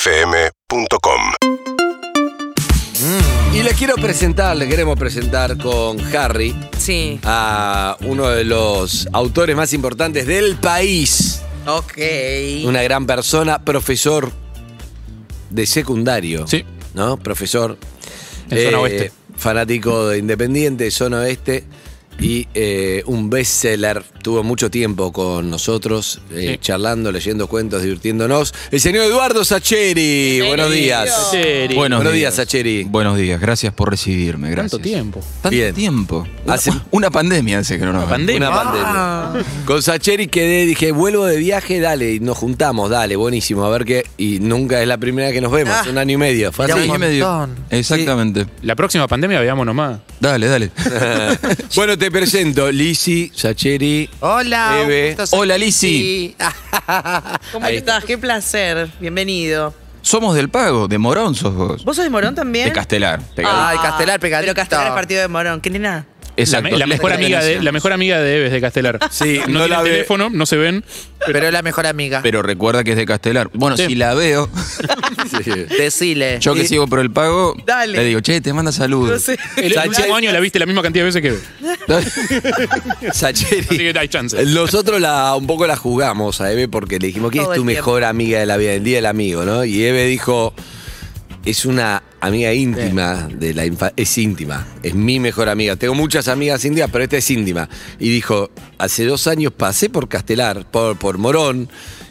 UrbanaPlayFM.com Y les quiero presentar, les queremos presentar con Harry Sí. a uno de los autores más importantes del país. Ok. Una gran persona, profesor de secundario. Sí. ¿No? Profesor. eh, De zona oeste. Fanático de Independiente, de zona oeste. Y eh, un bestseller. Tuvo mucho tiempo con nosotros, eh, Sí. charlando, leyendo cuentos, divirtiéndonos. El señor Eduardo Sacheri. Buenos días. Buenos, Buenos días, Sacheri. Buenos días, gracias por recibirme. Gracias. ¿Cuánto tiempo? Tanto Bien. tiempo. Una, Hace- una pandemia hace que no nos vemos. Una pandemia. Con Sacheri quedé, dije, vuelvo de viaje, dale, y nos juntamos, dale, buenísimo, a ver qué. Y nunca es la primera vez que nos vemos, un año y medio. Fue Sí, así. año y medio. Exactamente. La próxima pandemia veámonos más. Dale, dale. bueno, te presento, Lisi, Sacheri. Hola. Eve. un gusto ser- Hola, Lizzy. Sí. ¿Cómo Ahí. estás? Qué placer. Bienvenido. Somos del Pago, de Morón sos vos. ¿Vos sos de Morón también? De Castelar. Ah, Ay, Castelar, pegadito. Pero Castelar es partido de Morón. ¿Qué nena? La, me- la mejor amiga de, la mejor amiga de Eves de Castelar. Sí, no, no tienen la ve. teléfono, no se ven. Pero es la mejor amiga. Pero recuerda que es de Castelar. Bueno, Sí. si la veo, Sí. Decile. yo que sigo por el Pago, Dale. le digo, che, te manda saludos. No sé. El, Sánchez- último año la viste la misma cantidad de veces que Eves. Así Sacheri. que hay chance. Nosotros la, un poco la jugamos a Eve porque le dijimos, ¿quién es Todo tu el tiempo. mejor amiga de la vida? El día del amigo, ¿no? Y Eve dijo, es una amiga íntima de la infa- es íntima, es mi mejor amiga. Tengo muchas amigas íntimas, pero esta es íntima. Y dijo, hace dos años pasé por Castelar, por, por Morón,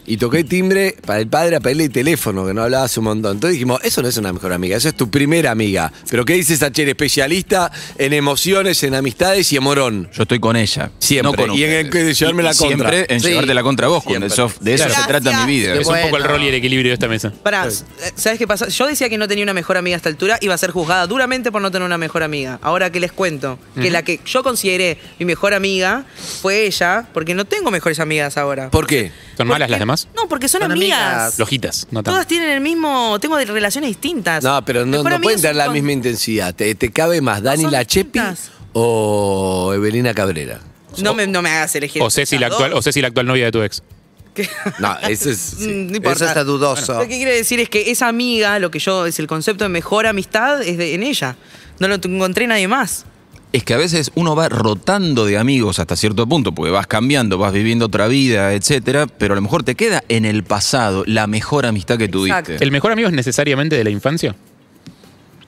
y toqué timbre para el padre a pedirle el teléfono, que no hablaba hace un montón. Entonces dijimos, eso no es una mejor amiga, eso es tu primera amiga. Pero ¿qué dices, Sacher? Especialista en emociones, en amistades y en Morón. Yo estoy con ella. Siempre. No con Y en- ustedes. en- en llevarme la contra. Siempre en Sí. llevarte la contra a vos. Siempre. De eso, de eso Claro. se trata mi vida. Es un poco el Bueno. rol y el equilibrio de esta mesa. Pará, eh, ¿sabes qué pasa? Yo decía que no tenía una mejor amiga a esta altura, iba a ser juzgada duramente por no tener una mejor amiga. Ahora que les cuento, que la que yo consideré mi mejor amiga fue ella, porque no tengo mejores amigas ahora. ¿Por qué? ¿Son malas las demás? No, porque son, Son amigas. amigas. Lojitas, no tanto. Todas tienen el mismo. Tengo de- relaciones distintas. No, pero no, Mejor no amiga pueden es tener un la con- misma intensidad. ¿Te, te cabe más Dani son La Chepi distintas. o Evelina Cabrera? No me, no me hagas elegir. O Ceci, la actual, o Ceci, la actual novia de tu ex. ¿Qué? No, eso es. sí. Mm, no importa. Eso está dudoso. Lo que quiere decir es que esa amiga, lo que yo es el concepto de mejor amistad, es de- en ella. No lo t- encontré en nadie más. Es que a veces uno va rotando de amigos hasta cierto punto, porque vas cambiando, vas viviendo otra vida, etcétera, pero a lo mejor te queda en el pasado la mejor amistad que Exacto. tuviste. ¿El mejor amigo es necesariamente de la infancia?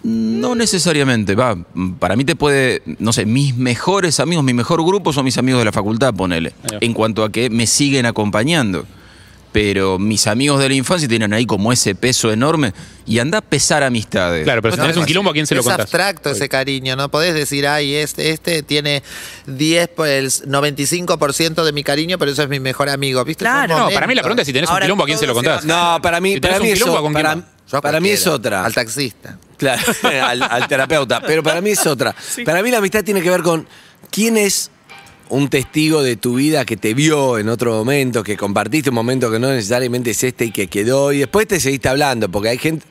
No necesariamente, va. Para mí te puede, no sé, mis mejores amigos, mi mejor grupo son mis amigos de la facultad, ponele. Ahí va. En cuanto a que me siguen acompañando. Pero mis amigos de la infancia tienen ahí como ese peso enorme y anda a pesar amistades. Claro, pero si No, tenés es- un quilombo, ¿a quién se lo es contás? abstracto ese cariño, no podés decir, ay, este, este tiene 10 por el 95% de mi cariño, pero eso es mi mejor amigo, ¿viste? Son Claro. No, para mí la momentos. pregunta es si tenés un Ahora quilombo, ¿a quién se lo todo se contás? No, para mí, Si tenés para un mí es quilombo, ¿con otra. quién Para, vas? Yo a para mí es cualquiera, otra. Al taxista. Claro, al, al terapeuta. Pero para mí es otra. Para mí la amistad tiene que ver con quién es un testigo de tu vida que te vio en otro momento, que compartiste un momento que no necesariamente es este y que quedó. Y después te seguiste hablando, porque hay gente.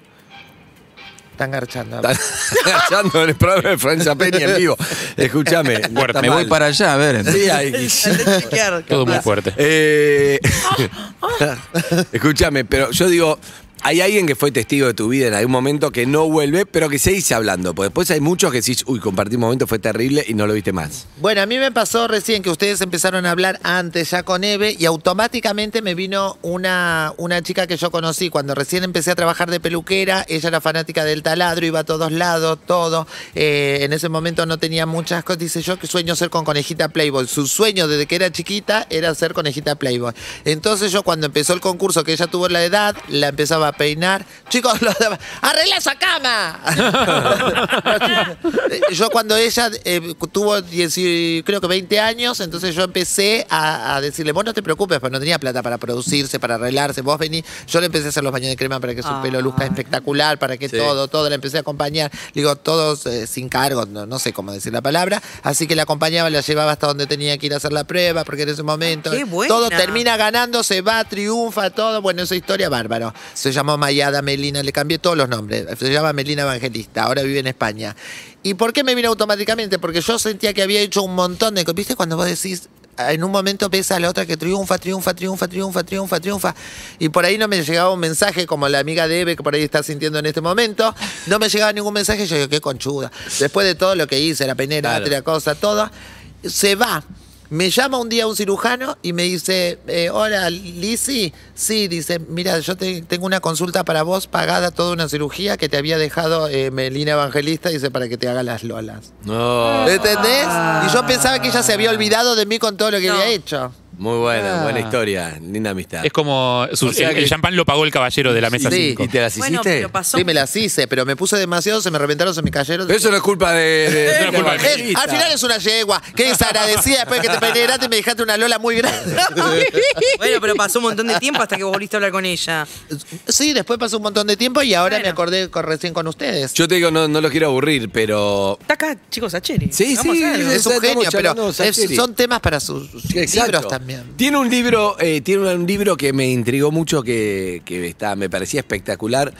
Están garchando. Están agachando en el programa de Francia Peña en vivo. Escúchame. no está Me voy mal. para allá, a ver. Sí, ahí. Todo muy fuerte. Eh, Escúchame, pero yo digo, hay alguien que fue testigo de tu vida en algún momento que no vuelve, pero que seguís hablando. Porque después hay muchos que decís, uy, compartí un momento, fue terrible y no lo viste más. Bueno, a mí me pasó recién que ustedes empezaron a hablar antes ya con Eve y automáticamente me vino una, una chica que yo conocí cuando recién empecé a trabajar de peluquera. Ella era fanática del taladro, iba a todos lados, todo. Eh, en ese momento no tenía muchas cosas. Dice yo que sueño ser con conejita Playboy. Su sueño desde que era chiquita era ser conejita Playboy. Entonces yo cuando empezó el concurso que ella tuvo la edad, la empezaba a peinar. Chicos, los demás, ¡arregla esa cama! yo cuando ella eh, tuvo 10 creo que 20 años, entonces yo empecé a, a decirle, vos no te preocupes, pero no tenía plata para producirse, para arreglarse, vos vení, yo le empecé a hacer los baños de crema para que su Ah. pelo luzca espectacular, para que Sí. todo, todo, la empecé a acompañar, digo, todos eh, sin cargo, no, no sé cómo decir la palabra, así que la acompañaba, la llevaba hasta donde tenía que ir a hacer la prueba, porque en ese momento Ah, qué buena. todo termina ganando, se va, triunfa, todo, bueno, esa historia bárbaro. Se llamó Mayada Melina, le cambié todos los nombres, se llama Melina Evangelista, ahora vive en España. ¿Y por qué me vino automáticamente? Porque yo sentía que había hecho un montón de cosas. ¿Viste cuando vos decís, en un momento pesa a la otra que triunfa, triunfa, triunfa, triunfa, triunfa, triunfa. Y por ahí no me llegaba un mensaje como la amiga de Eve que por ahí está sintiendo en este momento. No me llegaba ningún mensaje. Yo digo, qué conchuda. Después de todo lo que hice, la penera, la otra cosa, todo, se va. Me llama un día un cirujano y me dice, eh, hola, Lizzy. Sí, dice, mira, yo te- tengo una consulta para vos pagada toda una cirugía que te había dejado eh, Melina Evangelista, dice, para que te haga las lolas. No. ¿Entendés? Y yo pensaba que ella se había olvidado de mí con todo lo que No. había hecho. Muy buena, buena historia. Linda amistad. Es como. su- O sea el, que- el champán lo pagó el caballero de la mesa Sí. 5. ¿Y te las Bueno, hiciste? pero pasó. Sí, me las hice, pero me puse demasiado, se me reventaron, se me cayeron. Pero eso no es culpa de. de- Eso no es culpa de Eh, al final es una yegua. Qué desagradecida después que te penetraste y me dejaste una lola muy grande. Bueno, pero pasó un montón de tiempo hasta que vos volviste a hablar con ella. Sí, después pasó un montón de tiempo y ahora Bueno. me acordé con- recién con ustedes. Yo te digo, no, no los quiero aburrir, pero. Está acá, chicos, a Cheri. Sí, Vamos sí, a hacer algo. es o sea, un genio, estamos pero charlando, es- Safiri. son temas para sus, sus Exacto. libros también. Tiene un libro, eh, tiene un libro que me intrigó mucho, que, que está, me parecía espectacular.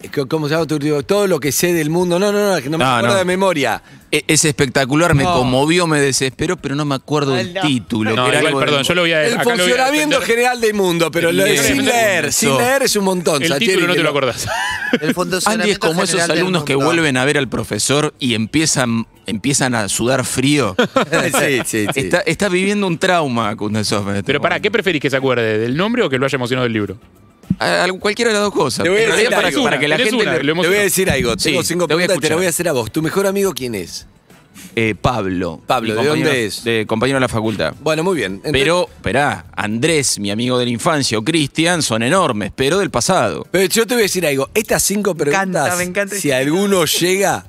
Eh, co- ¿Cómo se llama tu libro? Todo lo que sé del mundo. No, no, no, que no me No, acuerdo no. de memoria. E- Es espectacular, me No. Ah, conmovió, me desesperó, pero no me acuerdo del título. No, que era igual, algo de- perdón, yo lo voy a. El acá lo voy a funcionamiento defender. general del mundo, pero lo de Bien. sin leer, sin Eso. leer es un montón. El Sacheri, título no que te lo acordás. El Andy Ah, es funcionamiento como esos general del alumnos que mundo. vuelven a ver al profesor y empiezan, empiezan a sudar frío. sí, sí, sí. Está, está viviendo un trauma, Kuznetsov. en este Pero pará, momento. ¿qué preferís que se acuerde? ¿Del nombre o que lo haya emocionado el libro? A- a- cualquiera de las dos cosas. Te voy a En realidad, decir para, algo. para que la Tenés gente... una, le- lo hemos- Te voy a decir algo. Sí, Tengo cinco te voy preguntas y a te la escuchar. voy a hacer a vos. ¿Tu mejor amigo quién es? Eh, Pablo. Pablo, mi ¿de compañero- dónde es? De compañero de la facultad. Bueno, muy bien. Entonces- Pero, esperá, Andrés, mi amigo de la infancia, o Cristian, son enormes, pero del pasado. Pero yo te voy a decir algo. Estas cinco preguntas, encanta, me encanta si este alguno llega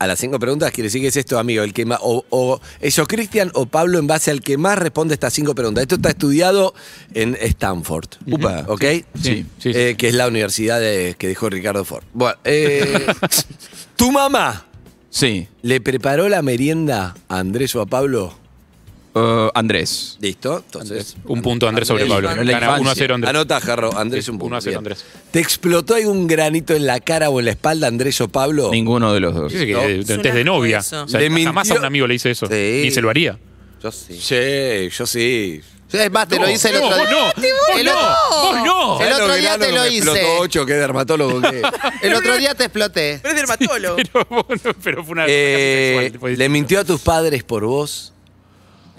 a las cinco preguntas, quiere decir que es esto, amigo, el que más, o, o eso, Cristian o Pablo, en base al que más responde estas cinco preguntas. Esto está estudiado en Stanford, Upa, ¿ok? sí, sí, Eh, que es la universidad de- que dejó Ricardo Ford. Bueno, eh, tu mamá Sí. le preparó la merienda a Andrés o a Pablo. Eh, Andrés. Listo, entonces. Un punto Andrés sobre Andrés, Pablo. pero en la Gana 1 a infancia. 0 Andrés. Anota, Jarro, Andrés Sí, un punto. uno a cero, bien. Andrés. ¿Te explotó algún granito en la cara o en la espalda, Andrés o Pablo? Ninguno de los dos. Dice que No. eh, Es un test de asco novia. eso. O sea, Le jamás a mintió. un amigo le hice eso. Sí. Ni se lo haría. Yo sí. Sí, yo sí. Sí, Es más, te lo hice el no, otro vos día. no, vos El no, otro- vos no. El otro día Grano te que lo me explotó hice. ocho, qué dermatólogo que. El otro día te exploté. Pero es dermatólogo. Pero, vos no, pero fue una. Eh, fue casi sexual, fue ¿Le distinto. mintió a tus padres por vos?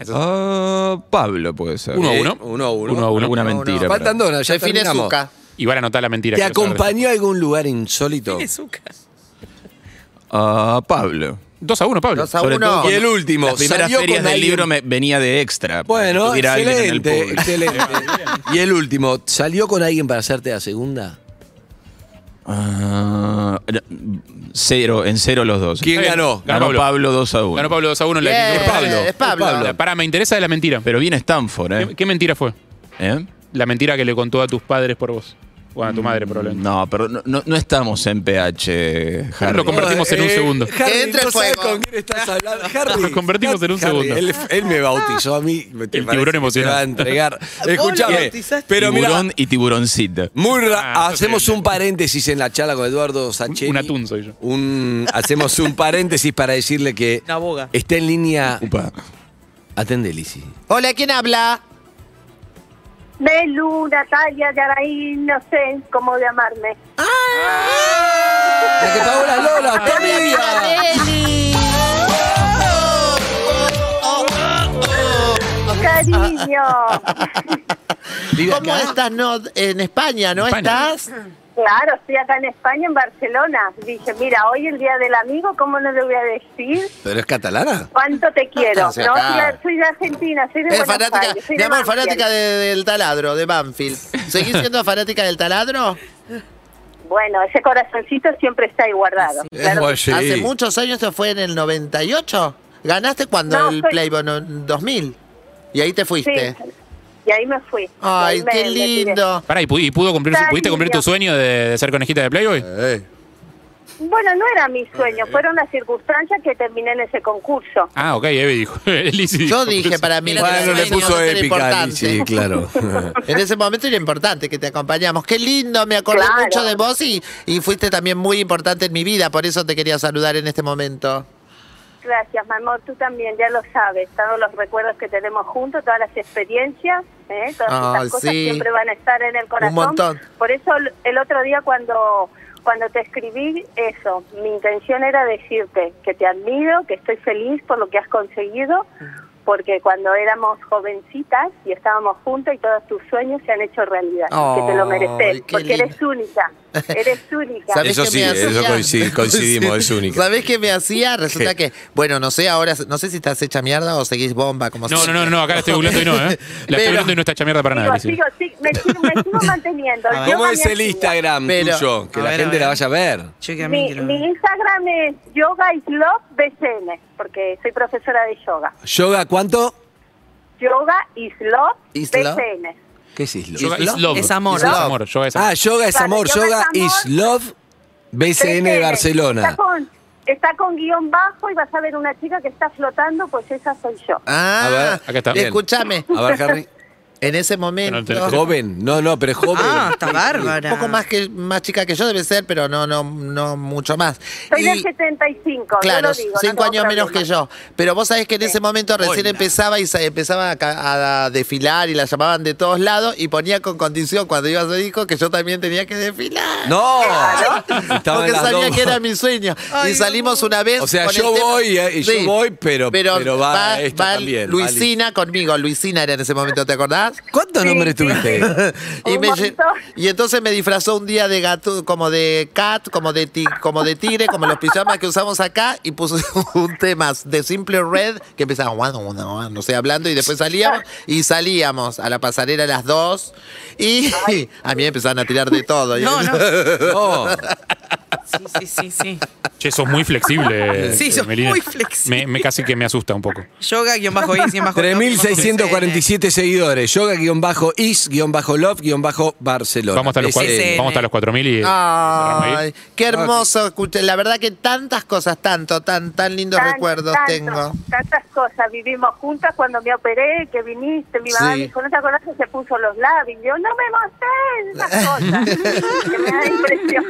Ah, Pablo puede ser. Uno a Eh, uno. uno a uno. Uno a uno. Alguna Uno a uno. mentira. pero- Faltan dos, ya Define terminamos. Zucca. Igual anotá la mentira. ¿Te quiero saber. acompañó a algún lugar insólito? Tiene azúcar. Ah, Pablo. Dos a uno, Pablo. Dos a Sobre uno. todo Y el último, Las primeras salió con ferias del alguien. libro me- venía de extra. para que Bueno, tuviera alguien en el excelente, Este- público. excelente. y el último, ¿salió con alguien para hacerte la segunda? Ah, cero, en cero los dos. ¿Quién bien. ganó? Ganó Pablo. Pablo 2 a 1. Ganó Pablo 2 a 1. Bien, La, Es Pablo. es Pablo. Para, me interesa de la mentira. Pero viene Stanford, ¿eh? ¿Qué, qué mentira fue? ¿Eh? La mentira que le contó a tus padres por vos. O a tu madre, probablemente. No, pero no, no- no estamos en PH, Harry. Lo convertimos en un segundo. Eh, Harry, Que entre no el sabes fuego. con quién estás hablando. Harry. Lo convertimos en un Harry, segundo. Él, él me bautizó a mí. me- te El parece tiburón que emocional. Me va a entregar. lo Escúchame. bautizaste. Pero mira, Tiburón y tiburoncita. muy ra- Ah, hacemos terrible. un paréntesis en la charla con Eduardo Sacheri. Un atún soy yo. Un- hacemos un paréntesis para decirle que Una boga. está en línea. Upa. Atende, Lisi. Hola, ¿quién habla? Belu, Natalia, Yaraín, no sé cómo llamarme. La que pagó las lolas, tu amiga. Cariño. Vive ¿Cómo acá. estás? No, en España, ¿no España. estás? claro, estoy acá en España, en Barcelona. Dije, mira, hoy el día del amigo, ¿cómo no le voy a decir ¿Pero es catalana? cuánto te quiero? No, estás acá. soy de- soy de Argentina, soy de Es Buenos fanática, Aires, soy mi amor, Banfield. fanática de- del taladro, de Banfield. ¿Seguís siendo fanática del taladro? Bueno, ese corazoncito siempre está ahí guardado. Claro. Bueno, sí. Hace muchos años, esto fue en el 98. Ganaste cuando No, el soy- Playboy no- 2000. Y ahí te Sí. fuiste. Y ahí me fui. Ay, Ahí me- qué me tiré. lindo. Pará, ¿y, pu- y pudo cumplir, su- Ay, pudiste cumplir Dios. tu sueño de, de ser conejita de Playboy? Eh. Bueno, no era mi sueño, fueron las circunstancias que terminé en ese concurso. Ah, ok, Eve dijo. Lizzy dijo. Yo dije para mí. Mira, Bueno, que le era puso importante. épica, Lisi, claro. En ese momento era importante que te acompañamos. Qué lindo, me acordé Claro. mucho de vos y, y fuiste también muy importante en mi vida, por eso te quería saludar en este momento. Gracias, mi amor, tú también, ya lo sabes, todos los recuerdos que tenemos juntos, todas las experiencias, ¿eh? todas Ay, esas cosas sí. siempre van a estar en el corazón. montón. Por eso el- el otro día cuando cuando te escribí eso, mi intención era decirte que te admiro, que estoy feliz por lo que has conseguido, porque cuando éramos jovencitas y estábamos juntas y todos tus sueños se han hecho realidad, que te lo Ay, mereces, qué porque eres lindo. única, eres única. ¿Sabés Eso qué sí, me eso hacía? coincide- coincidimos, es única. ¿Sabés qué me hacía? Resulta que, bueno, no sé ahora, no sé si estás hecha mierda o seguís bomba, como No, se- no, no, no, acá la estoy googleando y no, ¿eh? La estoy Pero- googleando y no está hecha mierda para nada. Sigo, Leslie. sigo, sigo, me, sigo, me sigo manteniendo. Yo Ah, ¿Cómo es mañana- el Instagram Pero- tuyo? Que A la ver, gente a ver. la vaya a ver. Che, que a mí Mi, quiero- mi Instagram es yoga is love BCN, porque soy profesora de yoga. ¿Yoga cuánto? Yoga is love Is love? BCN. ¿Qué es Islo? Yoga is love. Es amor. Es amor. Yoga es amor. Ah, yoga es Vale, amor, yoga yoga es amor. is love, BCN de Barcelona. Está con, está con guión bajo y vas a ver una chica que está flotando, pues esa soy yo. Ah, A ver, acá está. Escúchame, A ver, Harry. en ese No, momento. te- te- Joven, no, no, pero es joven. Ah, está bárbara. un poco más que más chica que yo debe ser, pero no no no mucho más. Soy Y- del 75, yo Claro, lo digo. no cinco tengo años menos problema. que yo. Pero vos sabés que en ese momento recién empezaba y sa- empezaba a, ca- a desfilar y la llamaban de todos lados y ponía con condición cuando iba a ser hijo que yo también tenía que desfilar. No, Estaban Porque las sabía dos. que era mi sueño. y salimos una vez. O sea, con yo el tema- voy, eh, y yo voy, pero- pero va esta también, va Luisina conmigo. Luisina era en ese momento, ¿te acordás? ¿Cuántos nombres tuviste? Y, Un me montón. lle- y entonces me disfrazó un día de gato, como de cat, como de ti- como de tigre, como los pijamas que usamos acá, y puso un tema de Simple Red que empezaba, "Guau, guau, guau", no sé, hablando, y después salíamos, y salíamos a la pasarela a las dos, y a mí me empezaron a tirar de todo. ¿eh? y- No, no. No. Sí, sí, sí, sí. Che, sos muy flexible. Sí, eh, sos Melina. muy flexible. Me, me casi que me asusta un poco. Yoga, guión bajo I, 100 bajo 3.647 seguidores. Yoga-is-love-barcelona. Vamos hasta los, cua- BCN. SN. vamos hasta los 4000 y. Ah. Ay, qué hermoso escuchar. La verdad que tantas cosas, tanto, tan, tan lindos Tan- recuerdos tanto, tengo. Tantas cosas. Vivimos juntas cuando me operé, que viniste, mi mamá Sí. me dijo, ¿no te acordás que se puso los labios? Y yo, no me mostré esas cosas. que me da impresión.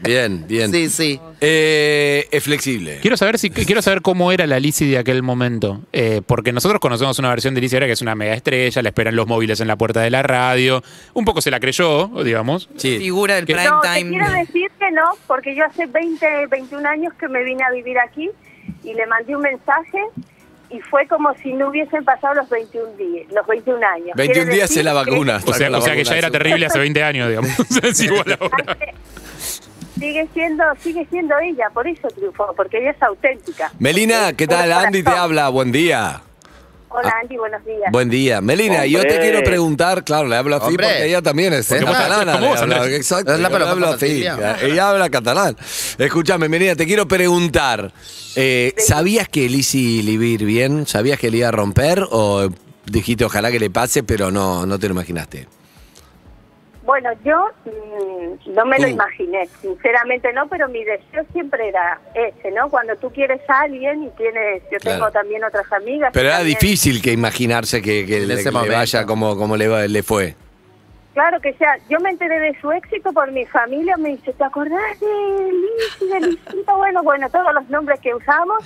Bien, bien. Sí, sí. Eh, es flexible. Quiero saber si quiero saber cómo era la Lizzie de aquel momento. Eh, porque nosotros conocemos una versión de Lizzie ahora que es una mega estrella, la esperan los móviles en la puerta de la radio. Un poco se la creyó, digamos. Sí. Figura del Que- prime No, te quiero time. decir que no, porque yo hace 20, 21 años que me vine a vivir aquí y le mandé un mensaje y fue como si no hubiesen pasado los 21 días, los 21 años. 21 Quiere días decir es la que vacuna. O sea, o sea que ya era terrible hace 20 años, digamos. Es igual ahora. hace- Sigue siendo, sigue siendo ella, por eso triunfó, porque ella es auténtica. Melina, ¿qué Puro tal? Andy te corazón. habla. Buen día. Hola Andy, buenos días. Buen día. Melina, yo te Hombre. quiero preguntar, claro, le hablo así Hombre. porque ella también es Porque ¿eh? vos catalana. hablás como le vos hablo- hablás. exacto, Habla, yo pero le hablo como así. Cecilia. Ella habla catalán. Escúchame, Melina, te quiero preguntar, eh, ¿sabías que Lizzy le iba a ir bien? ¿Sabías que le iba a romper? ¿O dijiste ojalá que le pase, pero no, no te lo imaginaste? Bueno, yo mm, no me lo Mm. imaginé, sinceramente no, pero mi deseo siempre era ese, ¿no? Cuando tú quieres a alguien y tienes, yo Claro. tengo también otras amigas. que Pero era también- difícil que imaginarse que, que En le, ese que le momento. vaya como, como le, va- le fue. Claro que sea, yo me enteré de su éxito por mi familia, me dice, ¿te acordás de Lizzy, de Lizita? Bueno, bueno, todos los nombres que usamos,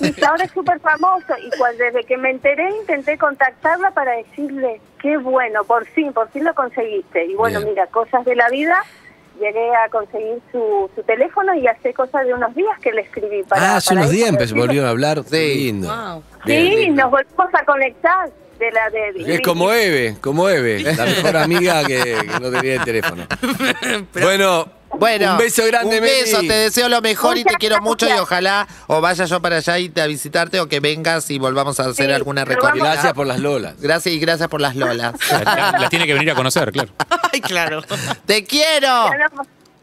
y que ahora es súper famoso, y cuando, desde que me enteré intenté contactarla para decirle, qué bueno, por fin, por fin lo conseguiste, y bueno, Bien. mira, cosas de la vida, llegué a conseguir su, su teléfono y hace cosas de unos días que le escribí para... ah, hace para unos eso, días empezó, decirle- volvieron a hablar. Qué Sí. lindo. Wow. Bien, Sí, lindo. nos volvimos a conectar de la de... Es como Eve, como Eve, la mejor amiga que, que no tenía el teléfono. bueno, Bueno, un beso grande, un beso, Meli. te deseo lo mejor y te Muchas quiero mucho y gracias. ojalá o vaya yo para allá y te, a visitarte o que vengas y volvamos a hacer Sí, alguna pero vamos- recorrida. Gracias por las lolas. Gracias y gracias por las lolas. La, la tiene que venir a conocer, claro. Ay, claro. ¡Te quiero!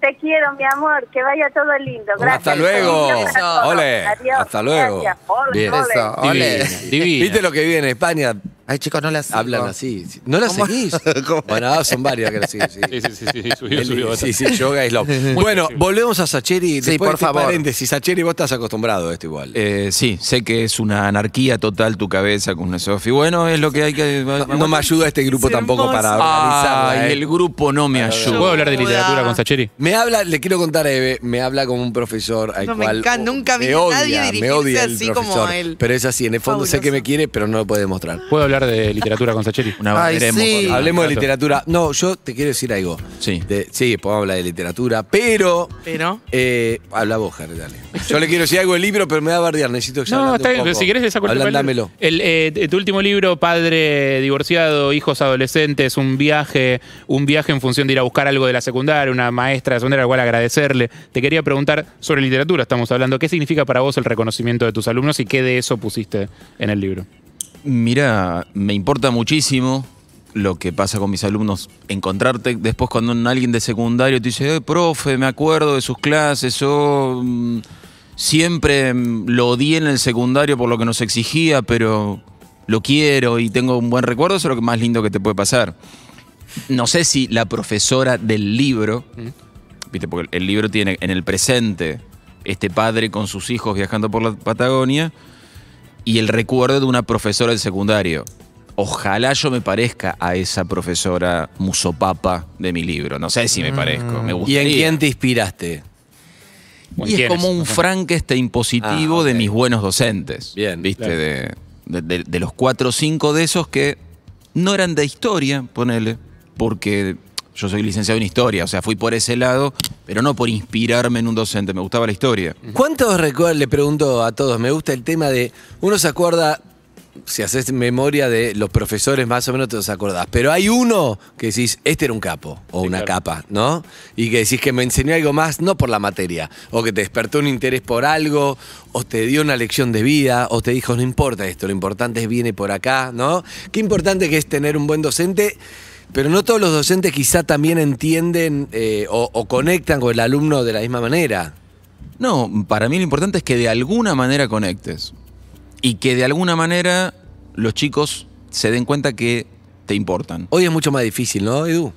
Te quiero, mi amor. Que vaya todo lindo. Gracias. Hasta luego. Feliz día para todos. Ole. Adiós. Hasta luego. Gracias. Ole, Bien. ole. Eso, ole. Divina, divina. ¿Viste lo que vive en España? Ay, chicos, no las. sigo. Hablan así. sí. ¿No la ¿Cómo? seguís? ¿Cómo? Bueno, ah, son varias que la siguen, sí. Sí, sí, sí, sí, subió, El- subió. sí, sí, yoga es lo. Bueno, volvemos a Sacheri. Después por de este favor. Paréntesis, Sacheri, vos estás acostumbrado a esto igual. Eh, sí, sé que es una anarquía total tu cabeza con una Sofi. Bueno, es lo que hay que. no, no me ayuda este grupo Es tampoco para hermoso. organizarla. Ay, ¿eh? el grupo no me ¿Puedo ayuda. hablar de literatura con Sacheri? Me habla, le quiero contar a Eve, me habla como un profesor al No, me cual encanta, oh, nunca vi me a odia, nadie dirigirse me odia el así como profesor, a él. Pero es así, en el fondo sé que Fabuloso. me quiere, pero no lo puede demostrar. ¿Puedo hablar de literatura con Sacheri? Una Ay, veremos, sí. porque- Hablemos Ah, de literatura. No, yo te quiero decir algo. Sí. De- sí, podemos hablar de literatura, pero Pero. eh, habla vos, Harry, dale. Yo le quiero decir algo del libro, pero me va a bardear, necesito que No, está bien, pero si querés esa cuestión. Ablandámelo. El, eh, tu último libro, Padre divorciado, hijos adolescentes, un viaje, un viaje en función de ir a buscar algo de la secundaria, una maestra de secundaria a la cual agradecerle. Te quería preguntar sobre literatura, estamos hablando. ¿Qué significa para vos el reconocimiento de tus alumnos y qué de eso pusiste en el libro? Mira, me importa muchísimo lo que pasa con mis alumnos. Encontrarte después cuando un- alguien de secundario te dice, "Eh, profe, me acuerdo de sus clases, o mm, siempre mm, lo odié en el secundario por lo que nos exigía, pero lo quiero y tengo un buen recuerdo, eso es lo que más lindo que te puede pasar. No sé si la profesora del libro, viste, porque el libro tiene en el presente este padre con sus hijos viajando por la Patagonia y el recuerdo de una profesora del secundario. Ojalá yo me parezca a esa profesora musopapa de mi libro. No sé si me parezco. Me ¿Y gustaría. en quién te inspiraste? ¿O en Y es quiénes? como un Frankenstein positivo Ah, ok. de mis buenos docentes. Bien. ¿Viste? Claro. De, de- de- de los cuatro o cinco de esos que no eran de historia, ponele, porque yo soy licenciado en historia, o sea, fui por ese lado, pero no por inspirarme en un docente, me gustaba la historia. ¿Cuántos recuerdos, le pregunto a todos, me gusta el tema de, uno se acuerda, si haces memoria de los profesores más o menos te los acordás, pero hay uno que decís, este era un capo o una capa, ¿no? Y que decís que me enseñó algo más, no por la materia, o que te despertó un interés por algo, o te dio una lección de vida, o te dijo, no importa esto, lo importante es viene por acá, ¿no? Qué importante que es tener un buen docente. Pero no todos los docentes quizá también entienden eh, o- o conectan con el alumno de la misma manera. No, para mí lo importante es que de alguna manera conectes. Y que de alguna manera los chicos se den cuenta que te importan. Hoy es mucho más difícil, ¿no, Edu?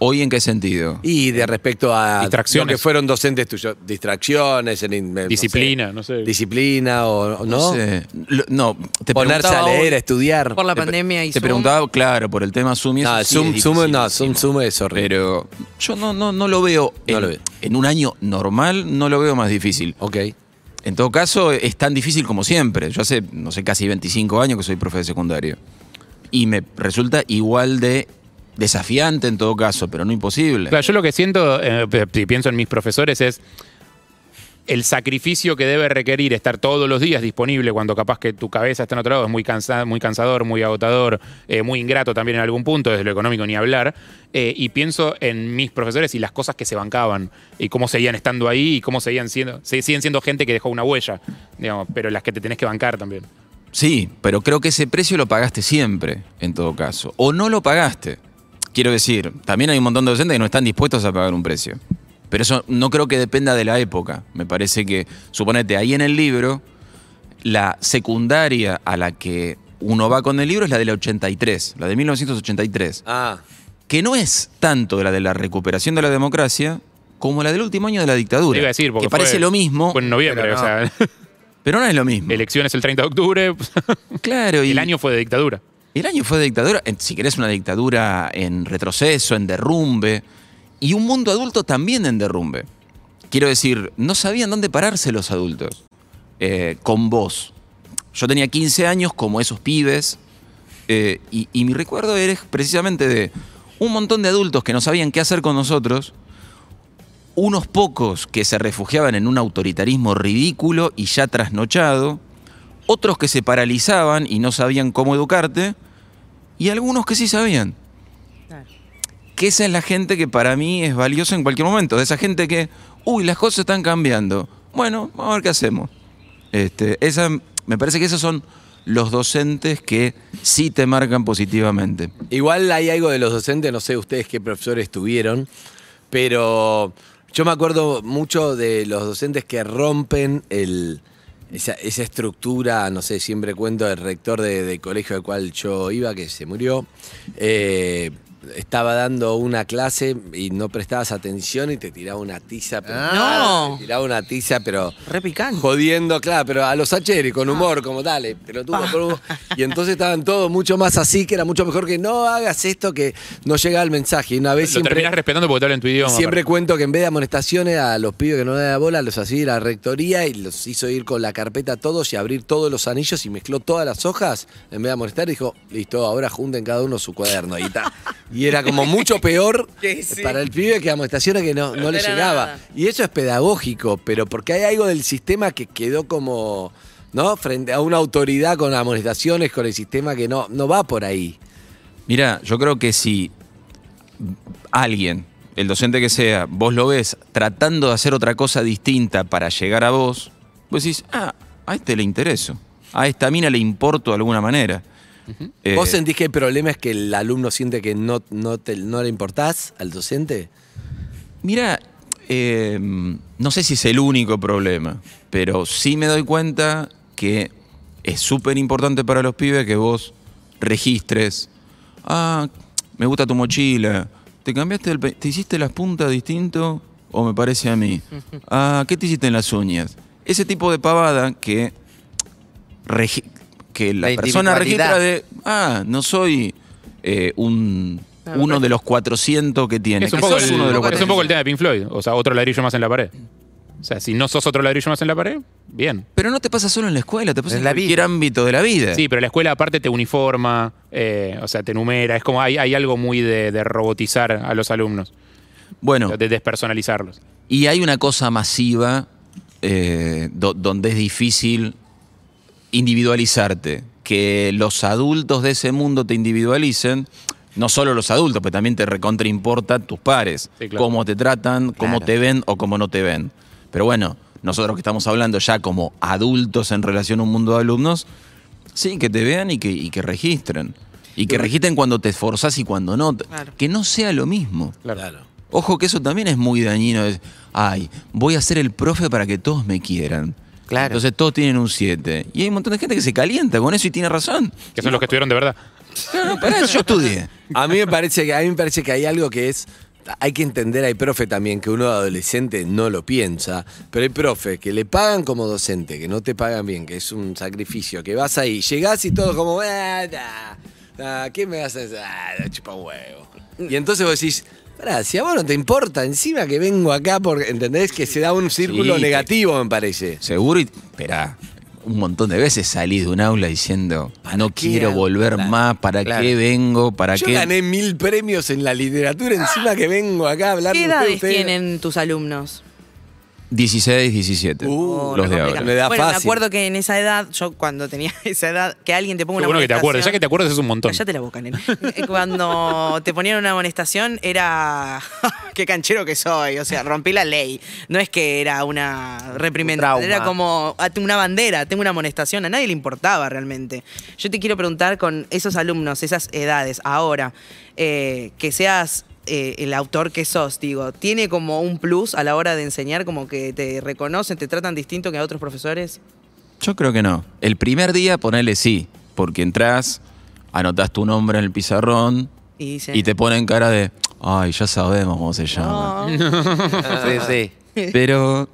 ¿Hoy en qué sentido? Y de respecto a lo Distracciones. que fueron docentes tuyos, distracciones, en- en- no Disciplina, sé, no sé. disciplina o no, sé. Lo- no, te ponerse a preguntaba leer, a hoy- estudiar. Por la te pre- pandemia y Te Zoom. preguntaba, claro, por el tema Zoom y eso No, Ah, sí Zoom, es Zoom, no, Zoom, dificilísimo. Zoom es horrible. Pero yo no, no, no lo veo. No en, lo veo. en un año normal no lo veo más difícil. ok. En todo caso, es tan difícil como siempre. Yo hace, no sé, casi 25 años que soy profe de secundario. Y me resulta igual de desafiante en todo caso, pero no imposible. Claro, yo lo que siento, eh, pe- si pienso en mis profesores, es el sacrificio que debe requerir estar todos los días disponible cuando capaz que tu cabeza está en otro lado, es muy, cansa- muy cansador, muy agotador, eh, muy ingrato también en algún punto, desde lo económico ni hablar. Eh, y pienso en mis profesores y las cosas que se bancaban y cómo seguían estando ahí y cómo seguían siendo, se- siguen siendo gente que dejó una huella, digamos, pero las que te tenés que bancar también. Sí, pero creo que ese precio lo pagaste siempre, en todo caso. O no lo pagaste. Quiero decir, también hay un montón de docentes que no están dispuestos a pagar un precio. Pero eso no creo que dependa de la época. Me parece que, suponete, ahí en el libro, la secundaria a la que uno va con el libro es la del 83, la de 1983 Ah, que no es tanto la de la recuperación de la democracia como la del último año de la Te dictadura. iba a decir, porque que parece fue- lo mismo, Fue en noviembre, pero o sea, pero no es lo mismo. elecciones el 30 de octubre, claro, y el año fue de dictadura. el año fue de dictadura, en- si querés una dictadura en retroceso, en derrumbe, y un mundo adulto también en derrumbe. Quiero decir, no sabían dónde pararse los adultos eh, con vos. Yo tenía 15 años como esos pibes, eh, y, y mi recuerdo es precisamente de un montón de adultos que no sabían qué hacer con nosotros, unos pocos que se refugiaban en un autoritarismo ridículo y ya trasnochado, otros que se paralizaban y no sabían cómo educarte, y algunos que sí sabían. Claro. Que esa es la gente que para mí es valiosa en cualquier momento, de esa gente que, uy, las cosas están cambiando, bueno, vamos a ver qué hacemos. Este, esa, me parece que esos son los docentes que sí te marcan positivamente. Igual hay algo de los docentes, no sé ustedes qué profesores tuvieron, pero yo me acuerdo mucho de los docentes que rompen el, Esa, esa estructura, no sé, siempre cuento el rector de- del colegio al cual yo iba, que se murió, eh, estaba dando una clase y no prestabas atención y te tiraba una tiza. Pero, Ah. No. Te tiraba una tiza, pero Re picante. jodiendo, claro, pero a los hacheros, con humor, como dale, pero tú, Y entonces estaban todos mucho más así, que era mucho mejor que no hagas esto, que no llega el mensaje. Y una vez Lo siempre... terminás respetando porque te hablan en tu Y idioma. Siempre aparte. cuento que en vez de amonestaciones a los pibes que no le dan la bola, los hacía ir a la rectoría y los hizo ir con la carpeta a todos y abrir todos los anillos y mezcló todas las hojas. En vez de amonestar, dijo, listo, ahora junten cada uno su cuaderno. Y, ta. y era como mucho peor Que sí. para el pibe que amonestaciones que no, no le Era llegaba. nada. Y eso es pedagógico, pero porque hay algo del sistema que quedó como, ¿no? Frente a una autoridad con amonestaciones, con el sistema que no, no va por ahí. Mira, yo creo que si alguien, el docente que sea, vos lo ves tratando de hacer otra cosa distinta para llegar a vos, vos decís, ah, a este le intereso, a esta mina le importo de alguna manera. Eh, ¿Vos sentís que el problema es que el alumno siente que no, no, te, no le importás al docente? Mira, eh, no sé si es el único problema, pero sí me doy cuenta que es súper importante para los pibes que vos registres. Ah, me gusta tu mochila. ¿Te cambiaste el pe- ¿Te hiciste las puntas distinto? ¿O me parece a mí? Ah, ¿qué te hiciste en las uñas? Ese tipo de pavada que, regi- que la, La persona registra individualidad. de. Ah, no soy eh, un, uno de los 400 que tiene. Es un, que poco sos el, uno de los es un 400. poco el tema de Pink Floyd. O sea, otro ladrillo más en la pared. O sea, si no sos otro ladrillo más en la pared, bien. Pero no te pasa solo en la escuela, te pasa en, En la cualquier vida. ámbito de la vida. Sí, pero la escuela aparte te uniforma, eh, o sea, te numera. Es como hay, hay algo muy de, de robotizar a los alumnos, Bueno, de despersonalizarlos. y hay una cosa masiva eh, do- donde es difícil individualizarte. Que los adultos de ese mundo te individualicen, no solo los adultos, pero también te recontraimporta tus pares. Sí, claro. Cómo te tratan, cómo Claro. te ven o cómo no te ven. Pero bueno, nosotros que estamos hablando ya como adultos en relación a un mundo de alumnos, Sí, que te vean y que, y que registren. Y que registren cuando te esforzás y cuando no. Claro. Que no sea lo mismo. Claro. Ojo que eso también es muy dañino. es, Ay, voy a ser el profe para que todos me quieran. Claro. Entonces todos tienen un 7. Y hay un montón de gente que se calienta con eso y tiene razón. Que son los que estuvieron de verdad. Claro, pará, yo estudié. A mí me parece que, a mí me parece que hay algo que es. Hay que entender, hay profe también, que uno adolescente no lo piensa, pero hay profe que le pagan como docente, que no te pagan bien, que es un sacrificio, que vas ahí, llegás y todo como, ah, nah, nah, ¿qué me vas a hacer? Ah, chupa un huevo. Y entonces vos decís, pará, si a vos no te importa, encima que vengo acá, porque, ¿entendés? Que se da un círculo Sí, que- negativo, me parece. Seguro y. Esperá. Un montón de veces salí de un aula diciendo, "Ah, no qué quiero hago? volver Claro, más, ¿para qué vengo? ¿Para Yo qué? gané mil premios en la literatura, encima que vengo acá a hablar ¿Qué de edades ustedes. tienen tus alumnos? 16, 17. Uh, los de ahora. Me da bueno, me fácil. acuerdo que en esa edad, yo cuando tenía esa edad, que alguien te ponga Qué una bueno que te acuerdes. Ya que te acuerdas es un montón. Cállate la boca, nene. Eh, Cuando te ponían una amonestación era. ¡Qué canchero que soy! O sea, rompí la ley. No es que era una reprimenda. Un trauma. Era como. "Ah, tengo una bandera, tengo una amonestación. A nadie le importaba realmente. Yo te quiero preguntar con esos alumnos, esas edades, ahora, eh, que seas. eh, el autor que sos, digo, ¿tiene como un plus a la hora de enseñar, como que te reconocen, te tratan distinto que a otros profesores? Yo creo que no. El primer día ponele sí, porque entras, anotás tu nombre en el pizarrón Y dicen, y te ponen cara de, ay, ya sabemos cómo se llama. "No". Sí, Eh, sí. Pero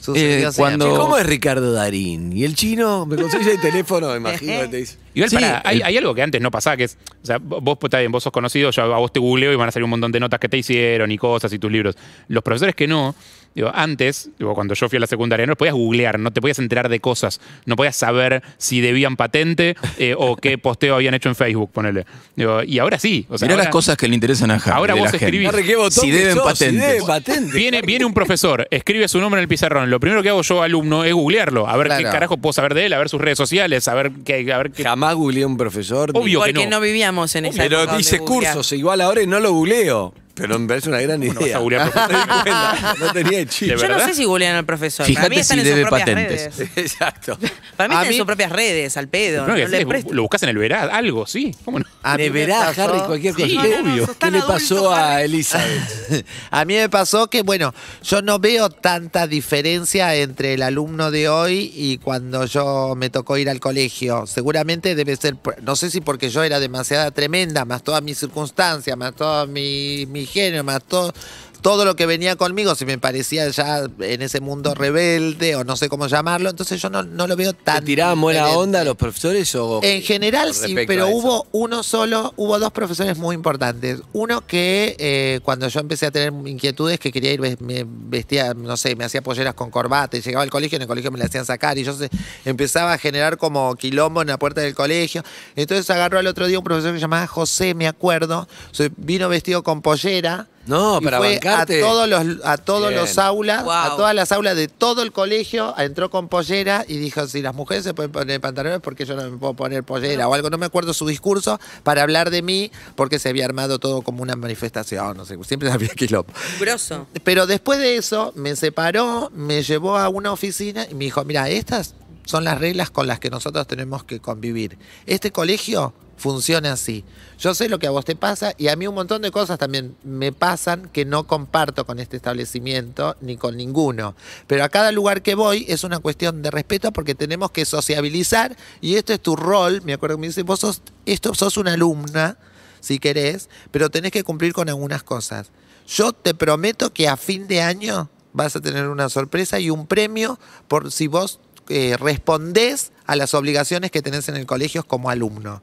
Sucedió eh, sea. cuando... Che, ¿Cómo es Ricardo Darín? ¿Y el chino? ¿Me consigue el teléfono? Me imagino que te dice. Igual, Sí, pará, hay, el- hay algo que antes no pasaba, que es, o sea, vo- vos pues, está bien, vos sos conocido, yo a vos te googleo y van a salir un montón de notas que te hicieron y cosas y tus libros. Los profesores que no, digo, antes, digo, cuando yo fui a la secundaria, no los podías googlear, no te podías enterar de cosas, no podías saber si debían patente eh, o qué posteo habían hecho en Facebook, ponele. Digo, y ahora sí. O sea, Mirá las ahora- cosas que le interesan a Javi. ahora de vos la gente. escribís. Arre, qué botón Si que deben sos, patentes. Si deben patentes. Viene, viene un profesor, escribe su nombre en el pizarrón. Lo primero que hago yo, alumno, es googlearlo. A ver qué Claro. carajo puedo saber de él, a ver sus redes sociales, a ver qué. A ver qué Jamás googleé a un profesor. Obvio que Porque no. no. vivíamos en esa Pero época donde hice googleás. cursos, igual ahora y no lo googleo. Pero me parece una gran vas idea. a googlear No me di cuenta, no tenía el chiste. ¿De Yo no verdad? sé si googlean al profesor. Para Fíjate mí si están en debe sus propias patentes. redes. Exacto. Para mí A están en mí- sus propias redes, al pedo. No, No, que les haces, presto. lo buscas en el verá, algo, sí. ¿Cómo no? A mí De me verá, pasó- Harry, cualquier cosa. ¿Qué, no, no, sos ¿Qué tan le adulto, pasó a Harry. Elizabeth? A mí me pasó que, bueno, yo no veo tanta diferencia entre el alumno de hoy y cuando yo me tocó ir al colegio. Seguramente debe ser, por- no sé si porque yo era demasiada tremenda, más todas mis circunstancias, más todo mi, mi género, más todo... Todo lo que venía conmigo, si me parecía ya en ese mundo rebelde o no sé cómo llamarlo, entonces yo no, no lo veo ¿Te tan. tiraban buena diferente. onda a los profesores o.? En general sí, respecto a pero eso? hubo uno solo, hubo dos profesores muy importantes. Uno que eh, cuando yo empecé a tener inquietudes que quería ir, ves- me vestía, no sé, me hacía polleras con corbata y llegaba al colegio, en el colegio me la hacían sacar y yo se- empezaba a generar como quilombo en la puerta del colegio. Entonces agarró al otro día un profesor que se llamaba José, me acuerdo, se- vino vestido con pollera. No, y para fue bancarte. A todos los, a todos Bien. los aulas, a Wow. todas las aulas de todo el colegio, entró con pollera y dijo, si las mujeres se pueden poner pantalones, porque yo no me puedo poner pollera? O algo, no me acuerdo su discurso, para hablar de mí, porque se había armado todo como una manifestación, no sé, siempre había quilombo. Grosso. Pero después de eso, me separó, me llevó a una oficina y me dijo, mira, estas son las reglas con las que nosotros tenemos que convivir. Este colegio funciona así. Yo sé lo que a vos te pasa y a mí un montón de cosas también me pasan que no comparto con este establecimiento ni con ninguno. Pero a cada lugar que voy es una cuestión de respeto porque tenemos que sociabilizar y este es tu rol. Me acuerdo que me dice, vos sos, esto, sos una alumna, si querés, pero tenés que cumplir con algunas cosas. Yo te prometo que a fin de año vas a tener una sorpresa y un premio por si vos eh, respondés a las obligaciones que tenés en el colegio como alumno.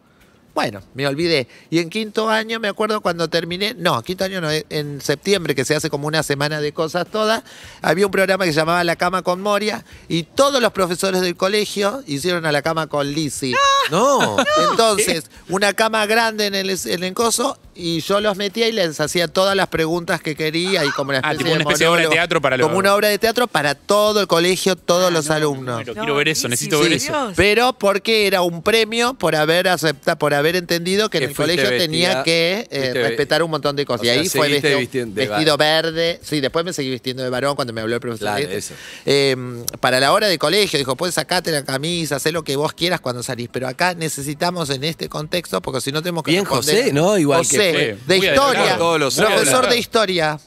Bueno, me olvidé. Y en quinto año, me acuerdo cuando terminé, no, quinto año no, eh, en septiembre, que se hace como una semana de cosas todas, había un programa que se llamaba La Cama con Moria y todos los profesores del colegio hicieron a la cama con Lizzie. No. Entonces, una cama grande en el, en el coso y yo los metía y les hacía todas las preguntas que quería y como una Ah, especie, tipo una especie de obra de monólogo, teatro para los- Ah, Como una obra de teatro para todo el colegio, todos los alumnos. Bueno, quiero ver eso, necesito ver buenísimo, eso. Dios. Pero porque era un premio por haber acepta, por haber entendido que, Que en el fuiste colegio vestida- tenía que eh, fuiste ve- respetar un montón de cosas. O y sea, ahí fue seguiste vestido, vistiendo de vestido verde. Sí, después me seguí vistiendo de varón cuando me habló el profesor. Claro, este. eso. Eh, para la hora de colegio, dijo, puedes sacarte la camisa, hacer lo que vos quieras cuando salís. Pero acá necesitamos en este contexto, porque si no tenemos que... Bien responder- José, ¿no? Igual que José, fue. de Muy historia. adelantado. Todos los Profesor años. de historia.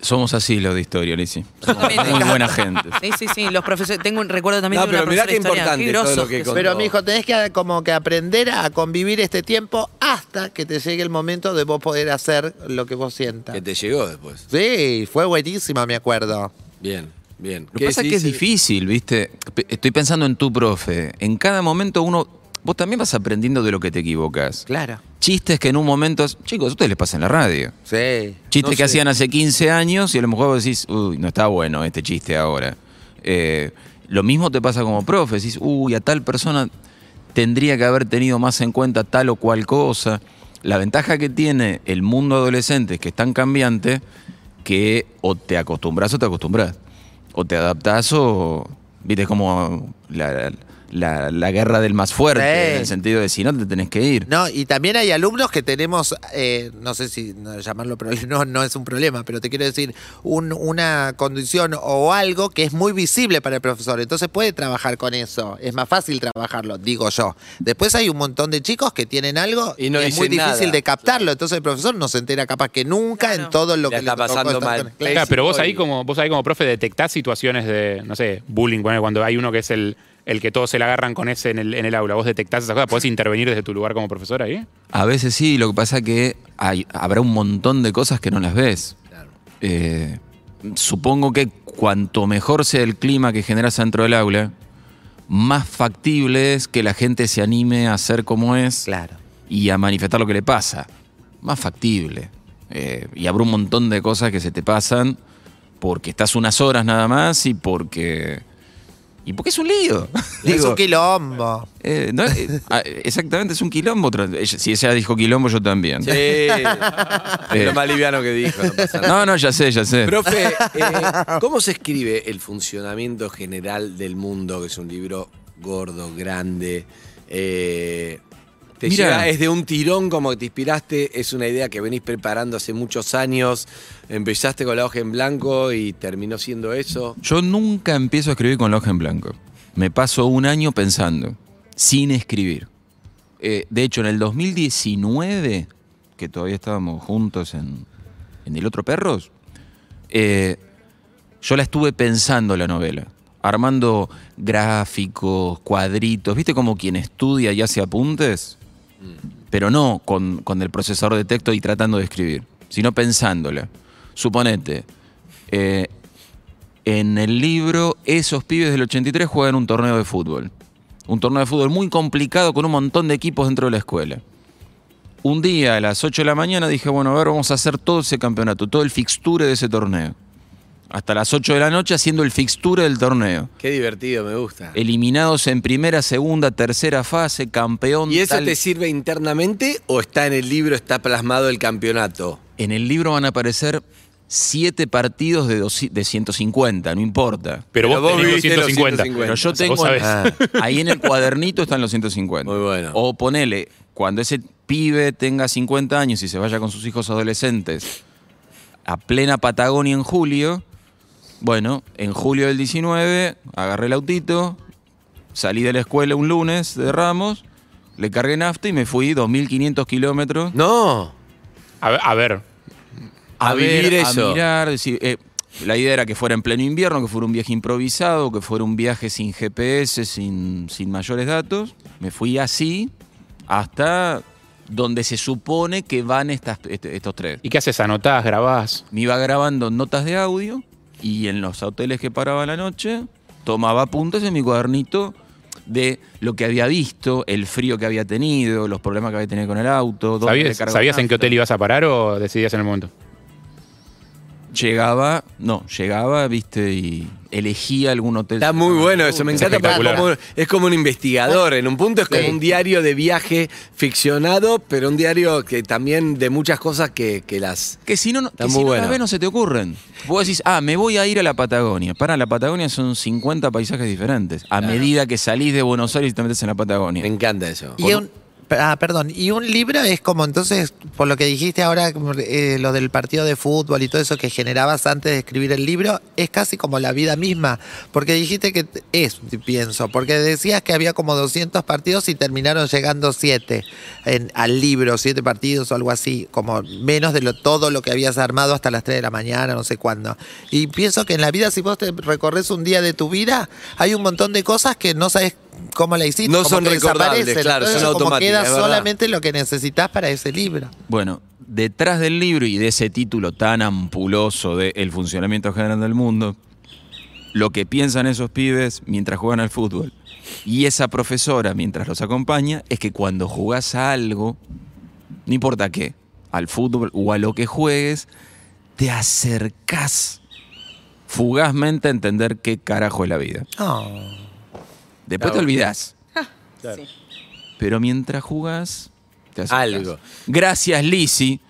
Somos así los de historia, Lizzy. Somos también. muy buena gente. Sí, sí, sí. Los profesores. Tengo un recuerdo también No, de una pero mirá profesora qué de historia. importante Qué todo grosos lo que que con son. Pero, todo. mijo, tenés que como que aprender a convivir este tiempo hasta que te llegue el momento de vos poder hacer lo que vos sientas. Que te llegó después. Sí, fue buenísima, me acuerdo. Bien, bien. Lo que pasa es que es sí, sí. difícil, ¿viste? Pe- Estoy pensando en tu profe. En cada momento uno. Vos también vas aprendiendo de lo que te equivocas. Claro. Chistes que en un momento. Chicos, a ustedes les pasa en la radio. Sí. Chistes No que sé. hacían hace 15 años y a lo mejor vos decís, uy, no está bueno este chiste ahora. Eh, lo mismo te pasa como profe, decís, uy, a tal persona tendría que haber tenido más en cuenta tal o cual cosa. La ventaja que tiene el mundo adolescente es que es tan cambiante que o te acostumbras o te acostumbras. O te adaptás o. Viste, es como la, la- la guerra del más fuerte, Sí. en el sentido de si no te tenés que ir. No, y también hay alumnos que tenemos, eh, no sé si no, llamarlo problema, no, no es un problema, pero te quiero decir, un- una condición o algo que es muy visible para el profesor. Entonces puede trabajar con eso. Es más fácil trabajarlo, digo yo. Después hay un montón de chicos que tienen algo Y no que es muy dicen nada. difícil de captarlo. Entonces el profesor no se entera capaz que nunca en Claro. todo La lo que está tocó pasando estar mal. con- Claro, Claro, pero vos ahí Hoy. como vos ahí como profe detectás situaciones de, no sé, bullying, ponele, cuando hay uno que es el, el que todos se la agarran con ese en el, en el aula, vos detectás esas cosas, podés intervenir desde tu lugar como profesor ahí. A veces sí, lo que pasa que hay, habrá un montón de cosas que no las ves. Eh, supongo que cuanto mejor sea el clima que generas dentro del aula, más factible es que la gente se anime a ser como es Claro. y a manifestar lo que le pasa. Más factible. Eh, y habrá un montón de cosas que se te pasan porque estás unas horas nada más y porque. Y porque es un lío. es un quilombo. Eh, no, eh, ah, exactamente, es un quilombo. Tra- ella- Si ella dijo quilombo, yo también. Sí. Es lo más liviano que dijo. No pasa nada. No, no, ya sé, ya sé. Profe, eh, ¿cómo se escribe El funcionamiento general del mundo? Que es un libro gordo, grande. eh, Te Mirá. llega, es de un tirón como que te inspiraste, es una idea que venís preparando hace muchos años, empezaste con la hoja en blanco y terminó siendo eso. Yo nunca empiezo a escribir con la hoja en blanco. Me paso un año pensando, sin escribir. Eh, de hecho, en el 2019, que todavía estábamos juntos en, en El Otro Perros, eh, yo la estuve pensando la novela, armando gráficos, cuadritos, ¿viste como quien estudia y hace apuntes? Pero no con, con el procesador de texto y tratando de escribir, sino pensándola. Suponete, eh, en el libro, esos pibes del 83 juegan un torneo de fútbol. Un torneo de fútbol muy complicado con un montón de equipos dentro de la escuela. Un día a las 8 de la mañana dije, bueno, a ver, vamos a hacer todo ese campeonato, todo el fixture de ese torneo. Hasta las 8 de la noche haciendo el fixture del torneo. Qué divertido, me gusta. Eliminados en primera, segunda, tercera fase, campeón. ¿Y eso tal. te sirve internamente o está en el libro, está plasmado el campeonato? En el libro van a aparecer siete partidos de, 200 de 150, no importa. Pero, Pero vos, vos tenés los viviste los 150. 150. Pero yo O sea, tengo. vos sabés. Ah, ahí en el cuadernito están los 150. Muy bueno. O ponele, cuando ese pibe tenga 50 años y se vaya con sus hijos adolescentes a plena Patagonia en julio, bueno, en julio del 19 agarré el autito, salí de la escuela un lunes de Ramos, le cargué nafta y me fui 2.500 kilómetros No. A ver, a ver, A vivir eso. A mirar, decir, eh, la idea era que fuera en pleno invierno, que fuera un viaje improvisado, que fuera un viaje sin GPS, sin, sin mayores datos. Me fui así hasta donde se supone que van estas, este- estos tres. ¿y qué haces? ¿Anotás? ¿Grabás? Me iba grabando notas de audio y en los hoteles que paraba a la noche tomaba apuntes en mi cuadernito de lo que había visto, el frío que había tenido, los problemas que había tenido con el auto. dónde ¿Sabías, recargar sabías en qué nafta. hotel ibas a parar o decidías en el momento? Llegaba, no, llegaba, viste, y elegía algún hotel. Está muy bueno eso, me Es encanta. porque espectacular. como- es como un investigador, en un punto es como Sí. un diario de viaje ficcionado, pero un diario que también de muchas cosas que, que las... Que si no, no- Está que si muy no las bueno. ves no se te ocurren. Vos decís, ah, me voy a ir a la Patagonia. Para, la Patagonia son 50 paisajes diferentes. A medida que salís de Buenos Aires y te metes en la Patagonia. Me encanta eso. Y un, ah, perdón, y un libro es como entonces, por lo que dijiste ahora, eh, lo del partido de fútbol y todo eso que generabas antes de escribir el libro, es casi como la vida misma, porque dijiste que t- es, pienso, porque decías que había como 200 partidos y terminaron llegando 7 al libro, 7 partidos o algo así, como menos de lo, todo lo que habías armado hasta las 3 de la mañana, no sé cuándo. Y pienso que en la vida, si vos te recorres un día de tu vida, hay un montón de cosas que no sabes cómo la hiciste. No como son que recordables, desaparecen. claro, son Entonces, como automáticas, queda es verdad. solamente lo que necesitas para ese libro. Bueno, detrás del libro y de ese título tan ampuloso de El funcionamiento general del mundo, lo que piensan esos pibes mientras juegan al fútbol y esa profesora mientras los acompaña es que cuando jugás a algo, no importa qué, al fútbol o a lo que juegues, te acercás fugazmente a entender qué carajo es la vida. Después te olvidás. Pero mientras jugás, te acercás. Algo. Gracias, Lisi.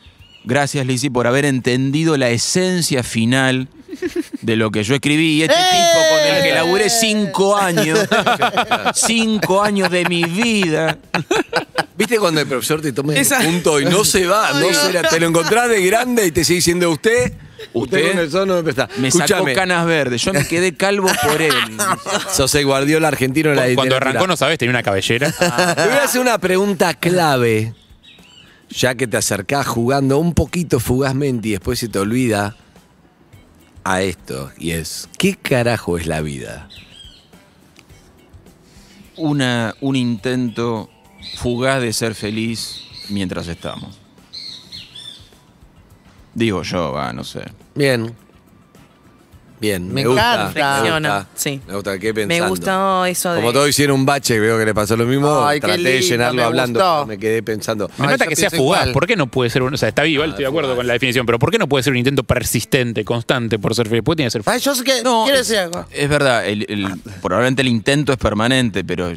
Gracias, Lisi, por haber entendido la esencia final de lo que yo escribí. Y este tipo con el que laburé cinco años. cinco años de mi vida. ¿Viste cuando el profesor te toma el Esa- punto y no se va? no se la- te lo encontrás de grande y te sigue diciendo usted. Usted con el sol no me presta. Me sacó Escúchame, canas verdes. Yo me quedé calvo por él. Sos el guardiola argentino en la Cuando literatura. arrancó, no sabés, tenía una cabellera. Te voy a hacer una pregunta clave, ya que te acercás jugando un poquito fugazmente y después se te olvida a esto, y es, ¿qué carajo es la vida? Una, un intento fugaz de ser feliz mientras estamos. Digo yo, va, no sé. Bien. Bien, me, Me gusta. encanta. Me gusta, Reflexiona, sí me gusta, ¿qué me pensando? gustó eso de Como todo hicieron un bache, veo que le pasó lo mismo, Ay, qué traté de lindo, llenarlo me hablando, gustó. pero me quedé pensando. Me Ay, encanta yo que sea pienso fugaz. igual. Ah, ¿Por qué no puede ser un.? O sea, está igual, estoy de acuerdo con la definición, pero ¿por qué no puede ser un intento persistente, constante por ser feliz? ¿Por qué tiene que ser fugaz? Ay, yo sé que No, quiero es- decir algo. Es verdad, el- el- probablemente el intento es permanente, pero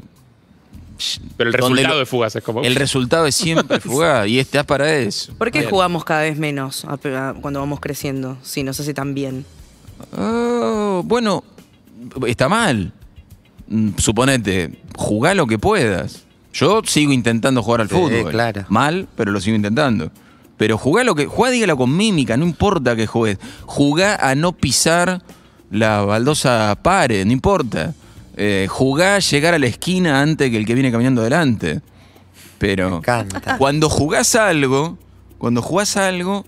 Pero el donde resultado lo- es fugaz, es como. el resultado es siempre fugaz y estás para eso. ¿Por qué jugamos cada vez menos a- a- cuando vamos creciendo? Si nos hace tan bien. Ah, bueno, está mal. Mm, Suponete, jugá lo que puedas. Yo sigo intentando jugar al Sí, fútbol. claro. Mal, pero lo sigo intentando. Pero jugá lo que. Jugá, dígalo con mímica, no importa que juegues. Jugá a no pisar la baldosa pare, no importa. Eh, jugá a llegar a la esquina antes que el que viene caminando delante. Pero. encanta. Cuando jugás a algo, cuando jugás a algo,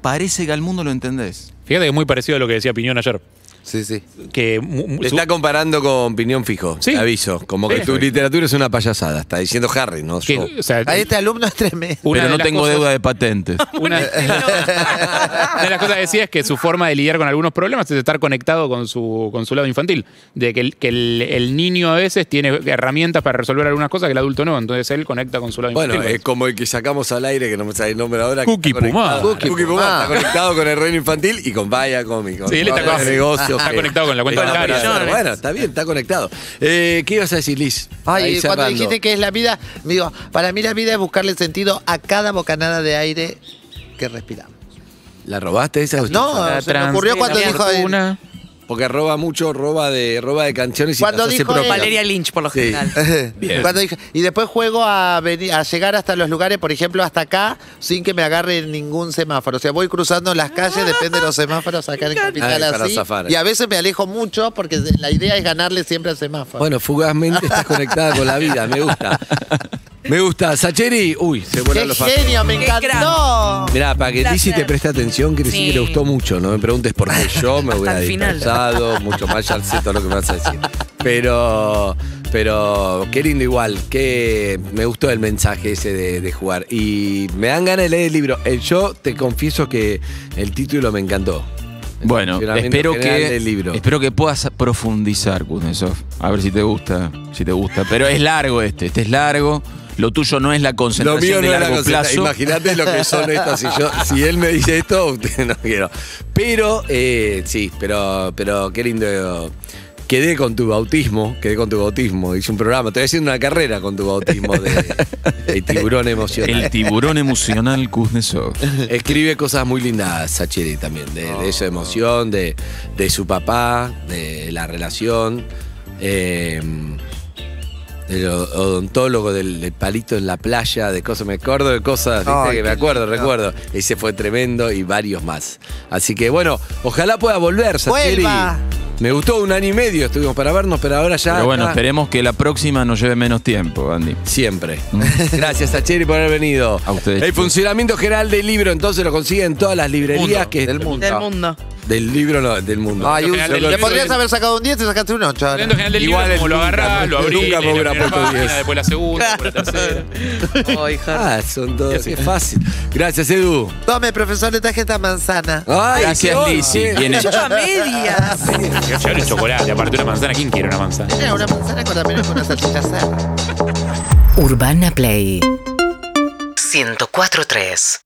parece que al mundo lo entendés. Fíjate que es muy parecido a lo que decía Piñón ayer. Sí, sí. Que mu- mu- Te su- está comparando con Piñón Fijo, Sí. te aviso. Como que Sí. tu literatura es una payasada, está diciendo Harry, no que- yo. o sea, A este alumno es tremendo. una Pero de no las tengo cosas- deuda de patentes. Una, una de las cosas que decía es que su forma de lidiar con algunos problemas es estar conectado con su, con su lado infantil. De que, el, que el, el niño a veces tiene herramientas para resolver algunas cosas que el adulto no. Entonces él conecta con su lado Bueno, infantil. es eh, como el que sacamos al aire, que no me sale el nombre ahora. que Cookie está conectado- Pumá. Cookie Cookie Pumá. Está conectado con el reino infantil y con Vaya Cómico. Sí, él está con- negocio. está conectado con la cuenta bancaria. Bueno, está bien, está conectado. Eh, ¿Qué ibas a decir, Liz? Ay, Ahí y cuando cerrando. dijiste que es la vida, digo, para mí la vida es buscarle sentido a cada bocanada de aire que respiramos. ¿La robaste esa? No, se me ocurrió cuando dijo Una. Porque roba mucho, roba de roba de canciones y Cuando las hace dijo propias. él- Valeria Lynch, por lo Sí. general. Cuando dije- y después juego a, venir, a llegar hasta los lugares, por ejemplo, hasta acá, sin que me agarre ningún semáforo. O sea, voy cruzando las calles, depende de los semáforos acá en Capital Ay, para así. zafar. Y a veces me alejo mucho porque la idea es ganarle siempre al semáforo. Bueno, fugazmente estás conectada con la vida, me gusta. Me gusta. Sacheri, uy, se vuelan ¡Qué los papeles. genio! ¡Me Qué encantó! Mirá, para que Lizzy te preste atención, quiere decir Sí. que le gustó mucho. No me preguntes por qué yo me voy a Hasta el final. dispersado, mucho más ya sé todo lo que me vas a decir. Pero, pero qué lindo igual, que me gustó el mensaje ese de, de jugar. Y me dan ganas de leer el libro. El- yo te confieso que el título me encantó. El Bueno, funcionamiento espero general que, del libro. espero que puedas profundizar, Kuznetsov. A ver si te gusta, si te gusta. Pero es largo este, este es largo. Lo tuyo no es la Lo mío concentración de no largo era concentra- plazo. Imagínate lo que son estas. Si, yo- si él me dice esto, usted no quiero. Pero, eh, sí, pero, pero qué lindo. Quedé con tu bautismo, quedé con tu bautismo. Hice un programa, estoy haciendo una carrera con tu bautismo de, de tiburón El emocional. tiburón emocional Kuznetsov. Escribe cosas muy lindas, Sacheri, también, de, de Oh. esa emoción, de, de su papá, de la relación. eh, del o- odontólogo, del, del palito en la playa, de cosas, me acuerdo de cosas ¿viste? Ay, que me qué acuerdo, lindo. recuerdo. Ese fue tremendo y varios más. Así que bueno, ojalá pueda volver, Sacheri. Vuelva. Me gustó un año y medio, estuvimos para vernos, pero ahora ya. Pero bueno, está- esperemos que la próxima nos lleve menos tiempo, Andy. Siempre. Gracias a Cheri por haber venido. A ustedes, El chicos. funcionamiento general del libro, entonces lo consiguen en todas las librerías Mundo. que. Del mundo. Del mundo. Del libro no, del mundo. Ay, un- General del le libro. podrías haber sacado un 10 y sacaste un 8 ahora. Leyendo general del Igual libro, como lo nunca, agarrás, lo abrís, nunca lees la me hubiera primera puesto página, 10. después la segunda, después la tercera. Ay, Harry. Ah, son todos. Qué fácil. Gracias, Edu. Tome, profesor, le traje esta manzana. Ay, Gracias, qué Lizzy. bien. Viene- Yo a medias. Que llevar el chocolate, aparte una manzana, ¿quién quiere una manzana? Mira, una manzana con la menos con una salchicha cerda. Urbana Play 104.3